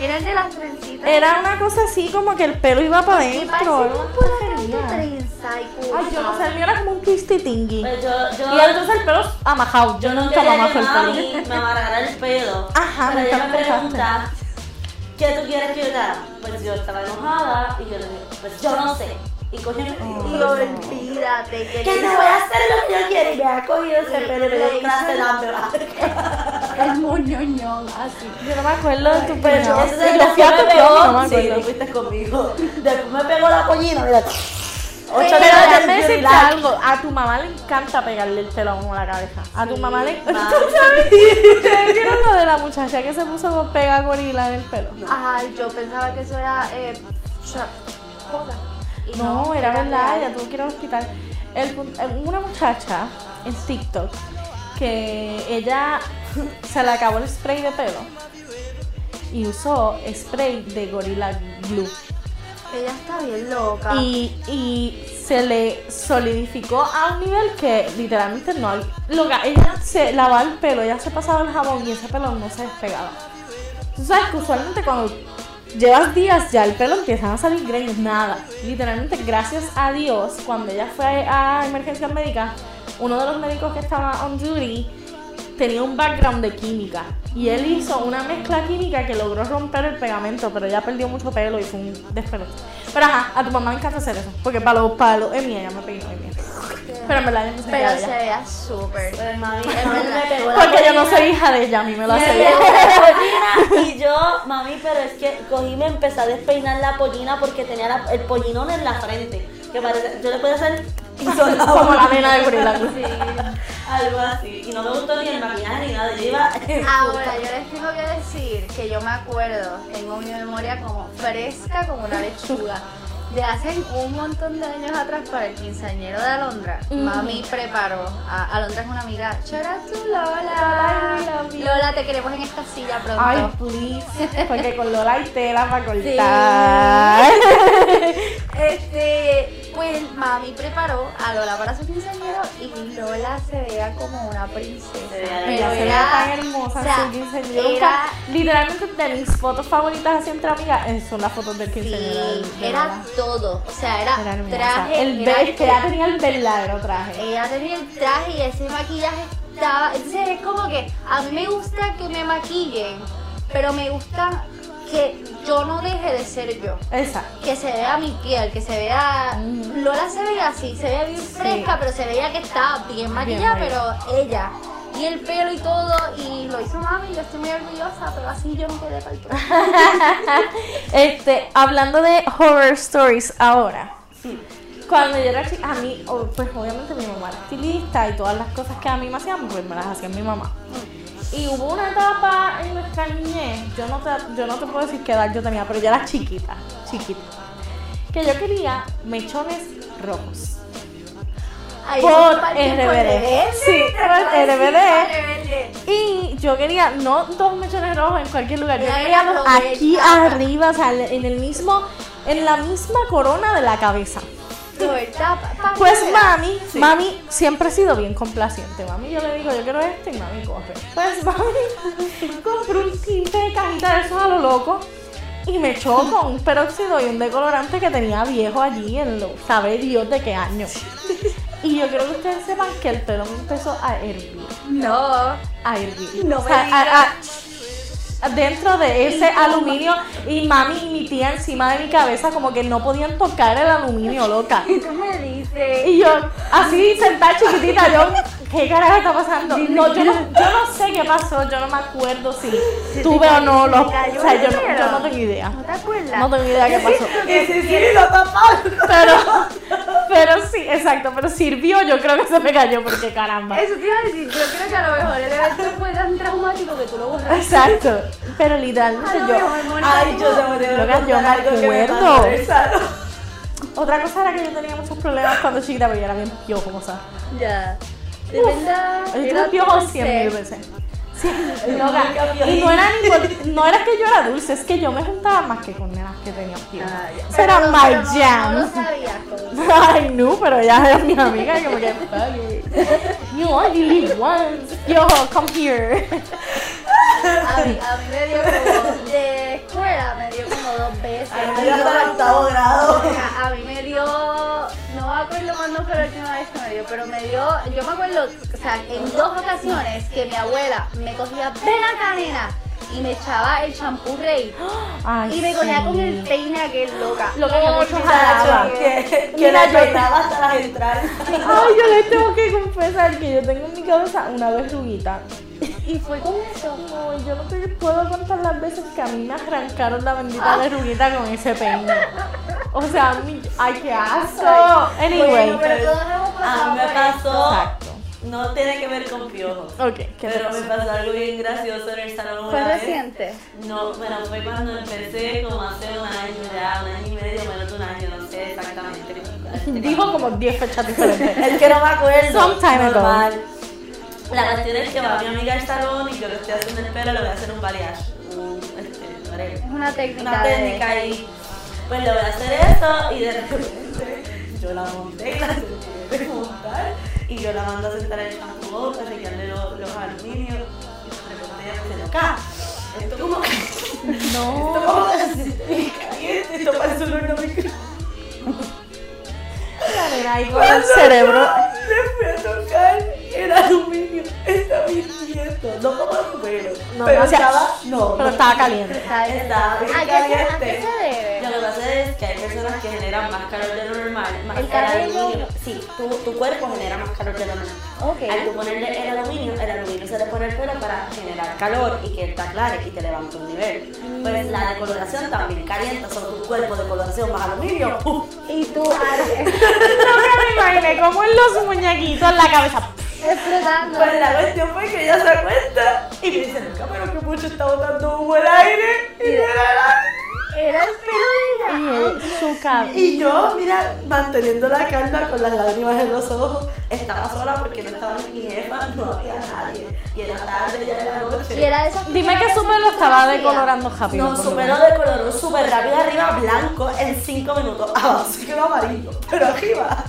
S4: Era el de las trencitas.
S2: Era una cosa así como que el pelo iba para
S4: Y
S2: adentro.
S4: parecía
S2: algo
S4: un puro
S2: así.
S4: tanto trenza y cosas.
S2: Ay, yo no sé, el mío era como un twisty tingui.
S3: Pues yo, yo,
S2: Y entonces el pelo amajado. Yo
S3: yo no
S2: nunca me
S3: quería que
S2: amajo el pelo.
S3: mami me amarrara el pelo.
S2: Ajá, nunca
S3: pero ella
S2: me
S3: me
S2: empezaste.
S3: pregunta, ¿qué tú quieres que yo te haga? Pues yo estaba enojada y yo le dije, pues yo no sé. Y cogí el
S4: Y
S3: pelo.
S4: olvídate que
S3: ¿Qué te voy a hacer lo que yo quiero? Y me ha cogido ese pelo y me dio
S4: Le
S3: un clase de
S4: hizo-
S3: lámpara.
S4: es moñoñón así.
S2: Yo no me acuerdo de tu
S3: Pues
S2: pelo.
S3: yo,
S2: Y
S3: entonces
S2: lo fui a tu
S3: después me
S2: prom y no
S3: pegó-
S2: me
S3: Sí, no
S2: acuerdo.
S3: fuiste conmigo. Después me pegó la pollina, mira.
S2: Pero
S3: Ocho
S2: déjame
S3: de
S2: decirte
S3: Yurilac.
S2: algo, a tu mamá le encanta pegarle el pelo a uno a la cabeza. A tu mamá le
S3: mamá.
S2: ¿Tú sabes? ¿Ustedes vieron lo de la muchacha que se puso pega gorila en el pelo?
S4: Ay, yo pensaba que eso era eh, cha- joda. Y
S2: No, era verdad,
S4: real.
S2: ella tuvo que ir al hospital. El pun- eh, una muchacha en TikTok que ella se le acabó el spray de pelo y usó spray de Gorilla Glue.
S4: Ella está bien loca.
S2: Y, y se le solidificó a un nivel que literalmente no. Loca, ella se lavaba el pelo, ella se pasaba el jabón y ese pelo no se despegaba. Tú sabes que usualmente cuando llevas días ya el pelo empiezan a salir greñas, nada. Literalmente, gracias a Dios, cuando ella fue a emergencias médicas, uno de los médicos que estaba on duty tenía un background de química y él hizo una mezcla química que logró romper el pegamento, pero ella perdió mucho pelo y fue un despelote. Pero ajá, a tu mamá le encanta hacer eso, porque para los palos es mía, ella me peinó es mía. Pero me la
S4: pero se vea súper.
S3: Pues mami,
S4: verdad.
S3: me pegó la
S2: Porque yo no
S3: colina.
S2: soy hija de ella, a mí me lo
S3: Me
S2: hace
S3: pegó
S2: ella.
S3: la pollina y yo, mami, pero es que cogí y me empecé a despeinar la pollina porque tenía la- el pollinón en la frente. Que parece, yo le podía hacer y sonaba
S2: Como la nena de Gorilla Glue.
S3: Sí, algo así. Y no me gustó ni el maquillaje ni nada. Yo iba.
S4: Ahora, yo les tengo que decir que yo me acuerdo, tengo mi memoria como fresca como una lechuga. De hace un montón de años atrás para el quinceañero de Alondra, mami preparó. A Alondra es una amiga. Chora tú, Lola. Lola, te queremos en esta silla pronto.
S2: Ay, please. Porque con Lola hay tela para cortar.
S4: Este, pues mami preparó a Lola para su quinceañero y Lola se veía como una princesa.
S3: Se veía de
S2: Pero
S4: Pero
S2: se
S4: era-
S2: veía tan hermosa
S4: o sea,
S2: en su quinceañera.
S4: era-
S2: Literalmente de mis fotos favoritas así entre amigas eh, son las fotos del quinceañera.
S4: Sí,
S2: de- de
S4: era
S2: Lola.
S4: todo. O sea, era,
S2: Era hermosa.
S4: traje.
S2: El
S4: era
S2: ver- que ella tenía el verdadero traje.
S4: Ella tenía el traje y ese maquillaje estaba. Entonces es como que a mí me gusta que me maquillen, pero me gusta que yo no deje de ser yo.
S2: Esa.
S4: Que se vea mi piel, que se vea.
S2: Ujú.
S4: Lola se veía así, se veía bien
S2: Sí.
S4: fresca, pero se veía que estaba bien maquillada,
S2: maquillada.
S4: pero ella. Y el pelo y todo, y lo hizo mami, yo estoy muy orgullosa, pero así yo no quedé para el próximo.
S2: Este, hablando de horror stories ahora. Cuando yo era chica, a mí, o- pues obviamente mi mamá era estilista y todas las cosas que a mí me hacían, pues me las hacía mi mamá. Y hubo una etapa en nuestra niñez, yo no te, yo no te puedo decir qué edad yo tenía, pero yo era chiquita, chiquita, que yo quería mechones rojos.
S4: Ahí
S2: Por
S4: fue un partido con
S2: RBD.
S4: rebelde,
S2: Sí,
S4: te
S2: por
S4: voy a decir,
S2: RBD.
S4: con rebelde.
S2: Y yo quería no dos mechones rojos en cualquier lugar, yo
S4: Mira,
S2: quería
S4: mira,
S2: dos
S4: Roberta.
S2: aquí arriba, o sea, en el mismo, en la misma corona de la cabeza.
S4: Torta, pa- pa-
S2: Pues
S4: mira.
S2: mami, mami siempre ha sido bien complaciente. Mami, yo le digo, yo quiero esto y mami corre. Pues mami, compré un quinte de cajita de esos a lo loco y me echó con un peróxido y un decolorante que tenía viejo allí en lo sabe Dios de qué año. Y yo quiero que ustedes sepan que el pelo me empezó a hervir.
S4: No.
S2: A hervir.
S4: No
S2: O sea,
S4: me
S2: a- a- dentro de ese aluminio y mami y mi tía encima de mi cabeza como que no podían tocar el aluminio, loca.
S4: ¿Qué me dices?
S2: Y yo, así sentada chiquitita, yo, ¿qué carajo está pasando? No, yo no, yo no sé qué pasó, yo no me acuerdo si tuve o no los. O
S4: cayó
S2: sea,
S4: el
S2: yo, no-
S4: pelo.
S2: yo no tengo idea.
S4: ¿No te acuerdas?
S2: No tengo idea qué pasó.
S3: Y sí, sí, lo tapaba.
S2: Pero, pero sí, exacto, pero sirvió, yo creo que se me cayó porque caramba.
S4: Eso te iba a decir, yo creo que a lo mejor el evento fue tan traumático que tú lo borraste.
S2: Exacto. Pero literalmente
S4: A lo
S2: yo.
S4: mejor, Mónica,
S3: Ay, yo se me
S2: Loca, yo me acuerdo. Otra cosa era que yo tenía muchos problemas cuando chiquita, porque yo era bien piojo, como sabes.
S4: Ya. De verdad.
S2: Yo
S4: era
S2: tuve piojos
S4: dulce.
S2: 100 mil veces. Sí,
S3: Nunca
S2: loca. Y no era, ni por- no era que yo era dulce, es que yo me juntaba más que con nenas que tenían piojos.
S3: Ah, ya.
S2: Eso era
S4: Pero no, pero no,
S2: my
S4: No lo
S2: jam.
S4: sabía todo.
S2: Ay, no, pero ella era mi amiga y como que, fuck it. You only live once. Yo, come here.
S4: A mí, a mí me dio como. De escuela me dio como dos veces.
S3: Ay, me dio hasta el octavo grado.
S2: Ah,
S4: A, a mí me dio. No me acuerdo cuándo fue la última vez que me dio, pero me dio. Yo me acuerdo, o sea, en dos ocasiones que mi abuela me cogía ven acá, nena, y me echaba el champú rey.
S2: Ay,
S4: Y me cogía
S2: sí.
S4: con el peine aquel loca.
S2: Lo que yo mucho jalaba.
S3: Que, que
S2: Mira,
S3: la
S2: yo-
S3: peinaba hasta las entradas.
S2: Ay, yo les tengo que confesar que yo tengo en mi cabeza una verruguita.
S4: Y fue con eso.
S2: No, yo no te puedo contar las veces que a mí me arrancaron la
S4: Ah.
S2: bendita verruguita con ese peine. O sea, a mí- ay, qué asco. Anyway.
S4: Bueno, pero todos hemos
S3: A
S4: pasado
S3: mí me
S4: por eso.
S3: pasó.
S2: Exacto.
S3: No tiene que ver con piojos.
S2: Ok, ¿qué te
S3: Pero me
S2: pasó?
S3: pasó algo bien gracioso en el salón.
S4: Fue
S3: una vez.
S4: reciente.
S3: No, bueno, fue cuando empecé como hace un año ya, un año y medio, menos de un año, no sé exactamente.
S2: Dijo como 10 fechas diferentes.
S3: Es que no me acuerdo.
S2: Some time ago.
S3: Normal. La cuestión es que va mi amiga al salón y yo le estoy haciendo el pelo, le voy a hacer un balayage. un, este, whatever.
S4: Es una técnica.
S3: una
S4: de-
S3: técnica y pues le voy a hacer eso y de repente yo la monté, la terminé de montar y yo la mando a sentar en el campo, a chequearle los, los aluminios y de repente ella me dice, acá, esto como, esto
S2: No.
S3: como caliente, esto parece un horno micro.
S2: Ahí con el cerebro.
S3: Le fui a tocar el aluminio, estaba hirviendo, no como suero,
S2: No,
S3: pero
S2: o sea,
S3: estaba, no,
S2: Pero estaba caliente.
S4: ¿sabes?
S3: estaba bien
S4: ¿A qué, se-
S2: este.
S4: a qué
S3: caliente.
S4: se debe?
S3: Lo que pasa es que hay personas que generan más calor de lo normal. Más
S4: ¿El cabello?
S3: aluminio. Sí, tu, tu cuerpo genera más calor de lo normal.
S4: Ok.
S3: Al tú ponerle el aluminio, el aluminio se le pone al pelo para generar calor y que te aclare y te levante un nivel. Pues la decoloración también calienta, son tu cuerpo de coloración más aluminio. Pues ¡puf!
S4: Y tú ar-
S2: me imaginé como en los muñequitos en la cabeza.
S4: explotando.
S3: Pues la cuestión fue que ella se da cuenta y me dice, "Nunca, pero que mucho está botando humo el aire y no era nada".
S4: Era el pelo
S2: Y
S4: de
S2: él, su cabeza.
S3: Y yo, mira, manteniendo la calma con las lágrimas en los ojos, estaba sola porque no estaba mi jefa, no había nadie. Y era tarde, ya era noche.
S4: Y era de esas
S2: Dime que su pelo estaba decolorando rápido.
S3: No,
S2: por
S3: su
S2: lo
S3: pelo
S2: menos.
S3: decoloró súper rápido arriba, blanco, en 5 minutos. Abajo se quedó amarillo, pero arriba.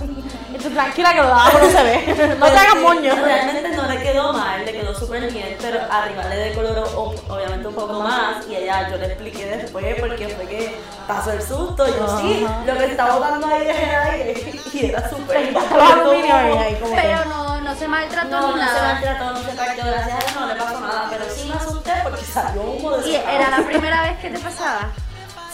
S2: Y tú, Tranquila que lo daba, pero no se ve. No te hagas moño.
S3: Realmente no le quedó mal, le quedó súper bien, pero arriba le decoloró ob- obviamente un poco más. Y allá yo le expliqué después porque fue que pasó el susto. Yo sí,
S2: Ajá.
S3: lo que estaba botando ahí es el aire. Y era súper
S2: Estaba aluminio ahí, ahí, como que-
S4: Pero no, no se maltrató
S3: No,
S4: ni
S3: no se
S4: nada.
S3: maltrató, no se partió, gracias a Dios no le pasó nada, pero sí me asusté porque salió humo de su
S4: y era
S3: cara.
S4: la primera vez que te pasaba.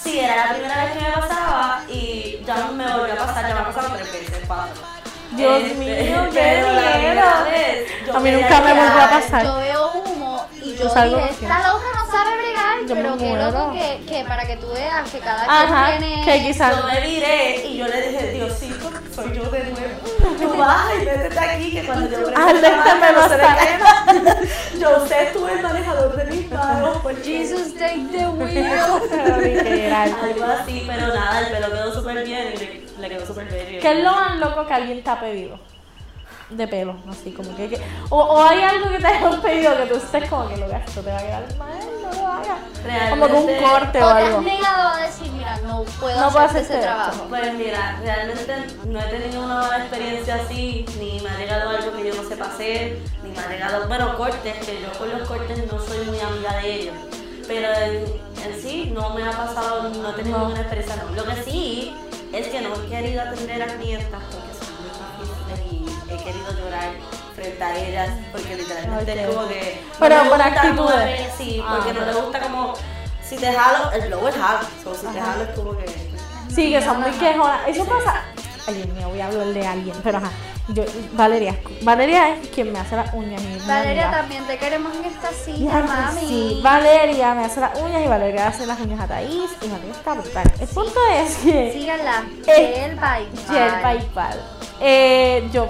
S3: Sí, era la primera vez que me pasaba y ya no me volvió a pasar, ya me ha pasado tres veces, cuatro. Este,
S2: Dios mío, Este, qué
S3: pero la primera
S2: miedo.
S3: vez, yo
S2: A mí
S3: quería
S2: nunca me
S3: llorar.
S2: volvió pues a pasar.
S4: Yo veo humo y yo,
S2: Yo salgo
S4: dije,
S2: así.
S4: esta loca no sabe bregar,
S2: Yo me
S4: pero que
S2: muero.
S4: loco que, que para que tú veas que cada
S2: Ajá,
S4: quien tiene...
S2: que quizás.
S3: Yo me viré y yo le dije, Diosito, soy yo de nuevo. Tú vas y métete aquí, que cuando yo prenda
S2: Aléjame
S3: la mano, no se le
S2: bastante.
S3: caiga. Yo sé, tú el manejador de mis manos. porque-
S4: Jesus, take the wheel.
S2: Literal.
S3: Algo así, pero nada, el pelo quedó súper bien y le, le quedó súper bien.
S2: ¿Qué es lo más loco que alguien te ha pedido? De pelo, así como que. que- o, o hay algo que te hayan pedido que tú estés como que lo gasto, te va a quedar mal, no lo hagas. Como que
S3: Realmente-
S2: un corte o
S4: o te has
S2: algo.
S4: negado a decir, mira, no puedo
S2: No
S4: hacer
S2: puedo
S4: ese
S2: hacerte
S4: trabajo.
S3: Pues mira, realmente no he tenido una mala experiencia así, ni me ha llegado algo que yo no sepa hacer, ni me ha llegado, bueno, cortes, que yo con los cortes no soy muy amiga de ellos, pero en, en sí no me ha pasado, no he tenido ninguna experiencia, no. Lo que sí es que no he querido atender a clientas porque son muy difíciles y he querido llorar frente a ellas porque literalmente es
S2: Ok.
S3: como que...
S2: Pero
S3: no me
S2: por
S3: gusta cómo me
S2: actitudes.
S3: ven, Sí,
S2: Ah.
S3: porque no le gusta como... Si te jalo, el blower jala, so, si te jalo es como que...
S2: Sí, que son muy quejonas. Eso pasa. Ay, Dios mío, voy a hablar de alguien, pero ajá. Yo, Valeria. Valeria es quien me hace las uñas. mi
S4: Valeria,
S2: amiga.
S4: también te queremos en esta
S2: Y
S4: silla,
S2: Harry,
S4: mami.
S2: pues sí, Valeria me hace las uñas y Valeria hace las uñas a Thaís y Valeria está brutal. El punto es que.
S4: Síganla.
S2: Eh,
S4: Gel by
S2: Y el PayPal. Eh, yo,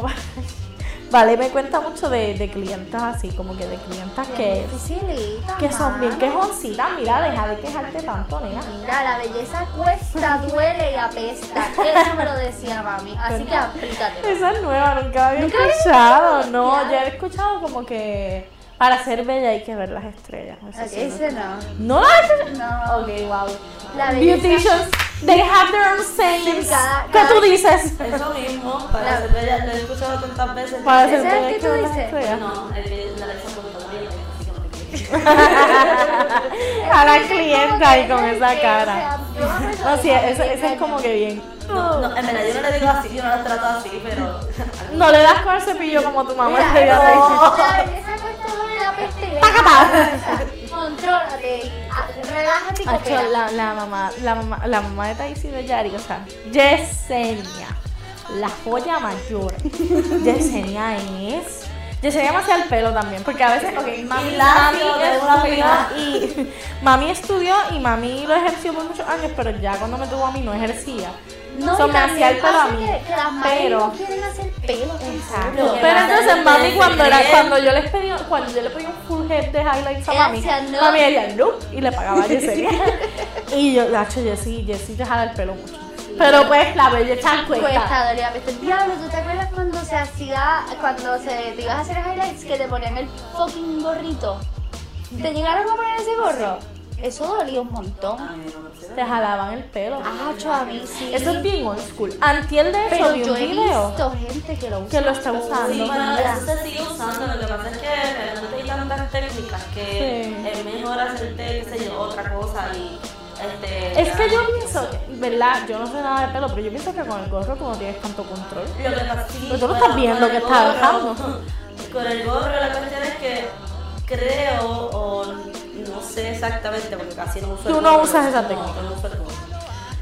S2: vale, me cuenta mucho de, de clientas así, como que de clientas que,
S4: Dificilita,
S2: que son bien
S4: mano.
S2: quejoncitas. Mira, deja de quejarte tanto, nena.
S4: Mira, la belleza cuesta, duele y apesta. Eso me lo decía mami. Así que aplícatelo.
S2: Esa es nueva, nunca la había
S4: Nunca la había
S2: escuchado.
S4: escuchado,
S2: No,
S4: ya.
S2: yo he escuchado como que para ser bella hay que ver las estrellas. Eso sí,
S4: Ese no.
S2: no. No la he escuchado.
S4: No.
S2: Ok, wow.
S4: La belleza.
S2: Beauticians, they have their own sayings.
S4: Sí, cada-
S2: ¿Qué tú
S4: cada-
S2: dices?
S3: Eso mismo, para
S4: La-
S3: ser bella, lo he escuchado tantas veces.
S2: Para
S4: ¿Ese
S2: ser
S4: es el
S2: bella hay
S4: que
S2: que
S4: tú
S2: ver las
S4: dices?
S2: estrellas.
S3: No, el que la ley se apuntó bien, así como que-
S2: A la clienta y con esa cara. No, sí, eso, eso es como que bien.
S3: No, no, en verdad yo no le digo así, yo no las trato así, pero.
S2: No le das con el cepillo como tu mamá
S4: Mira,
S2: te dio
S4: no,
S2: a decir.
S4: la belleza cuesta, duele y apesta. y ven, Contrólate. Relájate y
S2: Acho,
S4: coopera.
S2: la, la mamá, la mamá, la mamá de Taís y de Yari, o sea, Yesenia, la joya mayor. Yesenia es. Yesenia me hacía el pelo también, porque a veces, ok, mami,
S3: Y
S2: mami
S3: lacio, de una
S2: estudió
S3: pila.
S2: y mami estudió y mami lo ejerció por muchos años, pero ya cuando me tuvo a mí no ejercía. No,
S4: y
S2: me hacía el
S4: también
S2: pelo a
S4: pasa
S2: mí.
S4: que- que las madres
S2: pero
S4: no quieren hacer pelo.
S2: Exacto.
S3: que
S2: Pero
S3: pasa es
S2: entonces
S3: que
S2: mami cuando era,
S3: él-
S2: cuando yo les pedí, cuando yo le pedí un full head de highlights a
S4: Ella
S2: mami,
S4: decía, "No".
S2: mami ella no y le pagaba a Yesenia. y yo, Nacho, Jessy, Jessy te jala el pelo mucho. Pero pues la belleza cuesta.
S4: Cuesta, dolía, viste. Diablo, ¿tú te acuerdas cuando se hacía, cuando se, te ibas a hacer highlights que te ponían el fucking gorrito? ¿Te llegaron a poner ese gorro? Eso dolía un montón.
S3: A mí no me sé.
S2: Te jalaban el pelo.
S4: Ah, a mí sí.
S2: Eso es bien old school. Antiel de eso
S4: Pero
S2: vi
S4: yo
S2: un
S4: he
S2: video
S4: visto gente que lo usa.
S2: que lo está usando.
S3: Sí, bueno, eso se sigue usando, lo que pasa es que realmente hay tantas técnicas que
S2: Sí.
S3: es mejor hacerte, qué sé yo, otra cosa y este...
S2: Es que
S3: ya.
S2: yo pienso, ¿verdad? Yo no sé nada de pelo, pero yo pienso que con el gorro tú no tienes tanto control.
S3: Lo que pasa sí,
S2: Pero tú no
S3: bueno,
S2: estás viendo
S3: con
S2: que
S3: el
S2: está
S3: gorro-
S2: bajando.
S3: Con el gorro la cuestión es que creo, o no sé exactamente, porque casi no uso
S2: Tú
S3: el
S2: no
S3: gorro.
S2: usas esa
S3: No,
S2: técnica.
S3: yo no uso el gorro.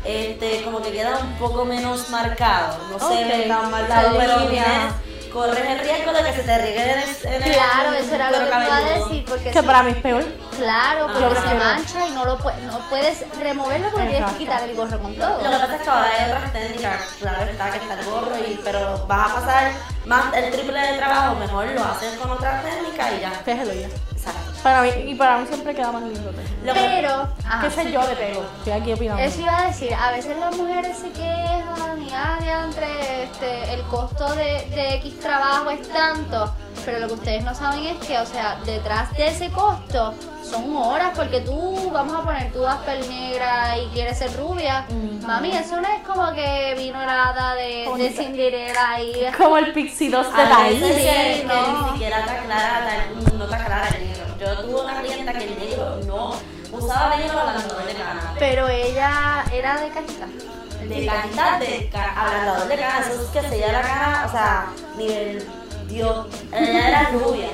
S3: Este, como que queda un poco menos marcado, no
S2: Ok.
S3: sé, tan marcado,
S2: La
S3: pero
S2: línea.
S3: tienes- corres el riesgo de que se te riegue en el- en el
S4: Claro, eso era lo que
S3: cuero
S4: te iba a
S3: cabelludo.
S4: decir. Porque
S2: Que
S4: sí,
S2: para mí es peor.
S4: Claro,
S3: Ah,
S4: porque
S2: lo
S4: se
S2: prefiero.
S4: mancha y no lo puedes, no puedes removerlo porque tienes
S2: Exacto.
S4: que quitar el gorro con todo.
S3: Lo que pasa es que ahora hay otras técnicas, claro está que está el gorro, y, pero vas a pasar más el triple de trabajo, mejor lo haces con otras técnicas y ya.
S2: Déjelo ya.
S3: Exacto.
S2: Para mí, y para mí siempre queda más lindo. ¿Qué
S3: Lo que-
S4: Pero, ajá.
S2: sé yo de pelo? Estoy aquí opinando.
S4: Eso iba a decir, a veces las mujeres se quejan y ah, entre este, el costo de, de X trabajo es tanto, pero lo que ustedes no saben es que, o sea, detrás de ese costo son horas, porque tú, vamos a poner, tú das piel negra y quieres ser rubia,
S2: Ujú.
S4: mami, eso no es como que vino la hada de, de
S2: Bonita.
S4: Cinderella y...
S2: Como el Pixie 2 de
S3: A
S2: Thaís.
S3: veces que-
S4: Ah, Sí,
S3: que
S4: no.
S3: ni siquiera te aclara, la- no te aclara el negro. Yo tuve una clienta que el negro no usaba negro ablandador de cana.
S4: Pero ella era de cajita.
S3: De cantidad de ca- ablandador de cana, eso es que se lleva la cara, o sea, nivel Dios. Ella era rubia.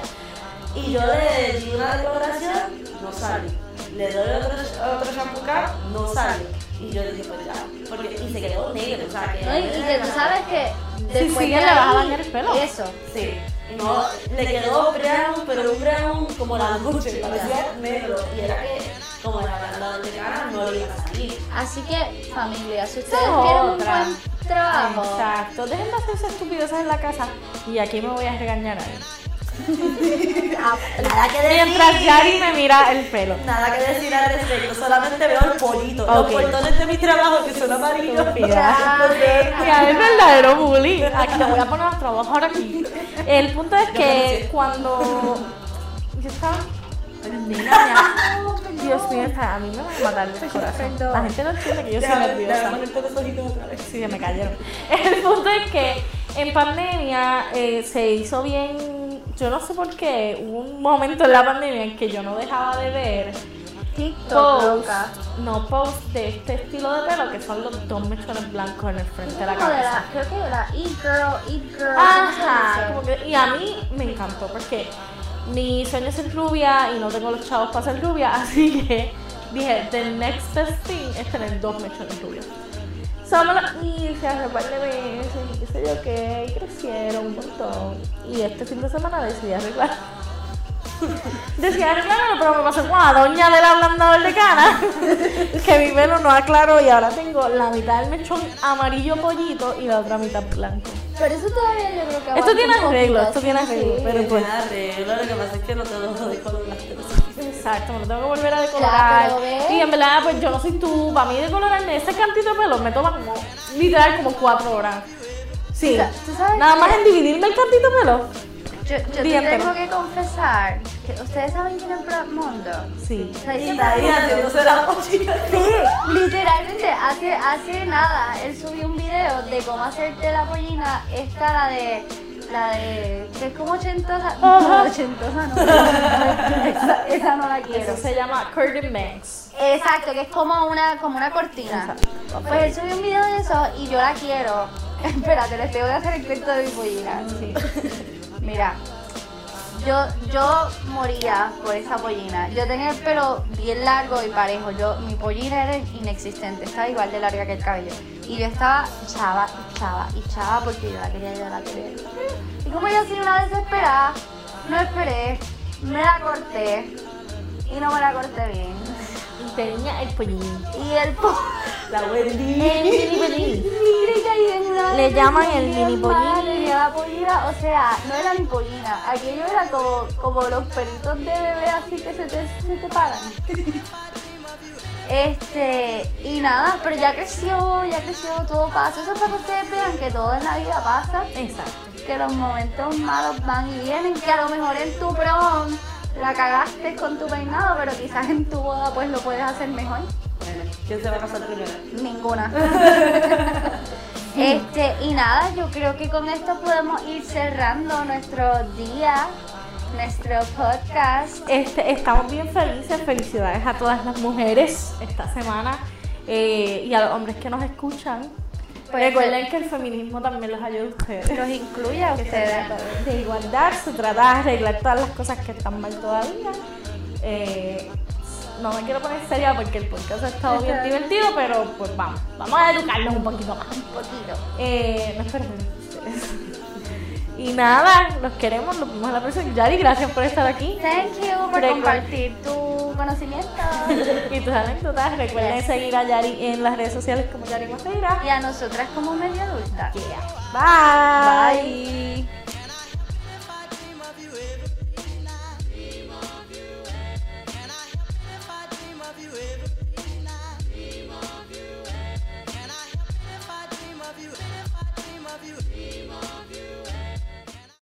S3: Y yo le di una decoloración, no sale. Le doy otro, otro shampoo acá, no sale. Y yo dije, pues ya, porque, y se quedó negro, o sea, que.
S4: ¿no? Y, y que tú sabes que después
S2: sí,
S4: de
S2: le vas a
S4: ahí,
S2: dañar el pelo.
S4: Eso.
S3: Sí. No, le quedó brown, pero un brown como la noche, parecía negro. Y era que, como la banda de cara, no le iba a salir.
S4: Así que, familia, si ustedes
S2: Esa es
S4: quieren un
S2: otra.
S4: buen trabajo,
S2: Exacto. Dejen de hacer esas estupideces en la casa. Y aquí me voy a regañar a él.
S3: Nada que decir.
S2: Mientras Yari me mira el pelo.
S3: Nada que decir al respecto, solamente veo el polito.
S2: Ok.
S3: Los politones de mi trabajo que son amarillos.
S2: Estúpida.
S3: Los veo.
S2: Ya, es verdadero bullying. Aquí le voy a poner a trabajar aquí. El punto es que cuando yo estaba. Niña, Dios mío, está- a mí me va a matar el corazón. La gente no entiende que yo soy
S3: Déjame-
S2: nerviosa.
S3: déjame ponerte los ojitos otra vez.
S2: Sí, se me cayeron. El punto es que en pandemia eh, se hizo bien, yo no sé por qué, hubo un momento en la pandemia en que yo no dejaba de ver
S4: TikTok,
S2: posts,
S4: loca.
S2: no posts de este estilo de pelo, que son los dos mechones blancos en el frente de la
S4: Como de
S2: cabeza.
S4: la- creo que de la e-girl, e-girl.
S2: Ajá,
S4: ¿cómo
S2: como
S4: se dice?
S2: que- y a mí me encantó porque mi sueño es ser rubia y no tengo los chavos para ser rubia, así que dije, the next best thing es tener dos mechones rubios. Solo y se hace un par de meses y qué sé yo qué, y crecieron un montón. Y este fin de semana decidí arreglar. Decidí arreglarlo, pero me pasó como a doña del ablandador de cara, que mi pelo no aclaró y ahora tengo la mitad del mechón amarillo pollito y la otra mitad blanco.
S4: Pero eso todavía yo creo que
S2: Esto
S4: aguanta
S2: tiene
S4: un poquito,
S2: arreglo, esto
S4: sí,
S2: tiene
S4: sí.
S2: arreglo, pero pues.
S3: Nada de- Lo que pasa es que no te lo de color las telas.
S2: Exacto, me lo tengo que volver a decolorar.
S4: Claro, ¿ves?
S2: y en verdad, pues yo no soy tú. Para mí decolorarme ese cantito de pelo me toma como, literal, como cuatro horas. Sí.
S4: Tú sa- tú sabes
S2: Nada
S4: que-
S2: más en dividirme el cantito de pelo.
S4: Yo, yo te
S2: Día entero.
S4: tengo que confesar que ustedes saben quién es Brad Mondo.
S2: Sí.
S4: O sea,
S3: Y
S4: siempre-
S3: nadie haciéndose la mochila.
S4: Sí, literalmente hace, hace nada, él subió un video de cómo hacerte la pollina, esta la de, la de, que es como ochentosa,
S2: Ajá.
S4: no, ochentosa no, esa, esa no la quiero.
S2: Eso se llama curtain max.
S4: Exacto, que es como una, como una cortina. Pues él subió un video de eso y yo la quiero. Espérate, les tengo que hacer el cuento de mi pollina. Sí. Mira, yo, yo moría por esa pollina. Yo tenía el pelo bien largo y parejo. Yo, mi pollina era inexistente, estaba igual de larga que el cabello. Y yo estaba chava y chava y chava porque yo la quería, yo la quería. Y como yo soy una desesperada, no esperé, me la corté y no me la corté bien.
S2: Y tenía el pollín.
S4: Y el po
S3: La Wendy.
S2: El mini pollín.
S4: Le
S2: Le llaman el mini pollín.
S4: La pollina, o sea, no era ni pollina. Aquello era como, como los pelitos de bebé así que se te, se te paran. Este, y nada, pero ya creció, ya creció, todo pasa. Eso es para que ustedes vean que todo en la vida pasa,
S2: Exacto.
S4: que los momentos malos van y vienen, que a lo mejor en tu prom la cagaste con tu peinado, pero quizás en tu boda pues lo puedes hacer mejor.
S3: Bueno, ¿quién se va a casar primero?
S4: Ninguna. este, y nada, yo creo que con esto podemos ir cerrando nuestro día, nuestro podcast.
S2: Este, estamos bien felices. Felicidades a todas las mujeres esta semana eh, y a los hombres que nos escuchan.
S4: Pues-
S2: Recuerden que el feminismo también los ayuda a ustedes.
S4: Los incluye a ustedes.
S2: de igualdad, se trata de arreglar todas las cosas que están mal todavía. Eh, no me quiero poner seria porque el podcast ha estado bien divertido, pero pues vamos, vamos a educarnos un poquito más.
S4: Un poquito.
S2: Eh, no espero ustedes. Y nada, los queremos, nos vemos a la próxima. Yari, gracias por estar aquí.
S4: Thank you por
S2: Recuer-
S4: compartir tu conocimiento.
S2: Y tus anécdotas, recuerden
S4: Yes.
S2: seguir a Yari en las redes sociales como Yari Maceira.
S4: Y a nosotras como media adulta.
S2: Yeah. Bye.
S4: Bye.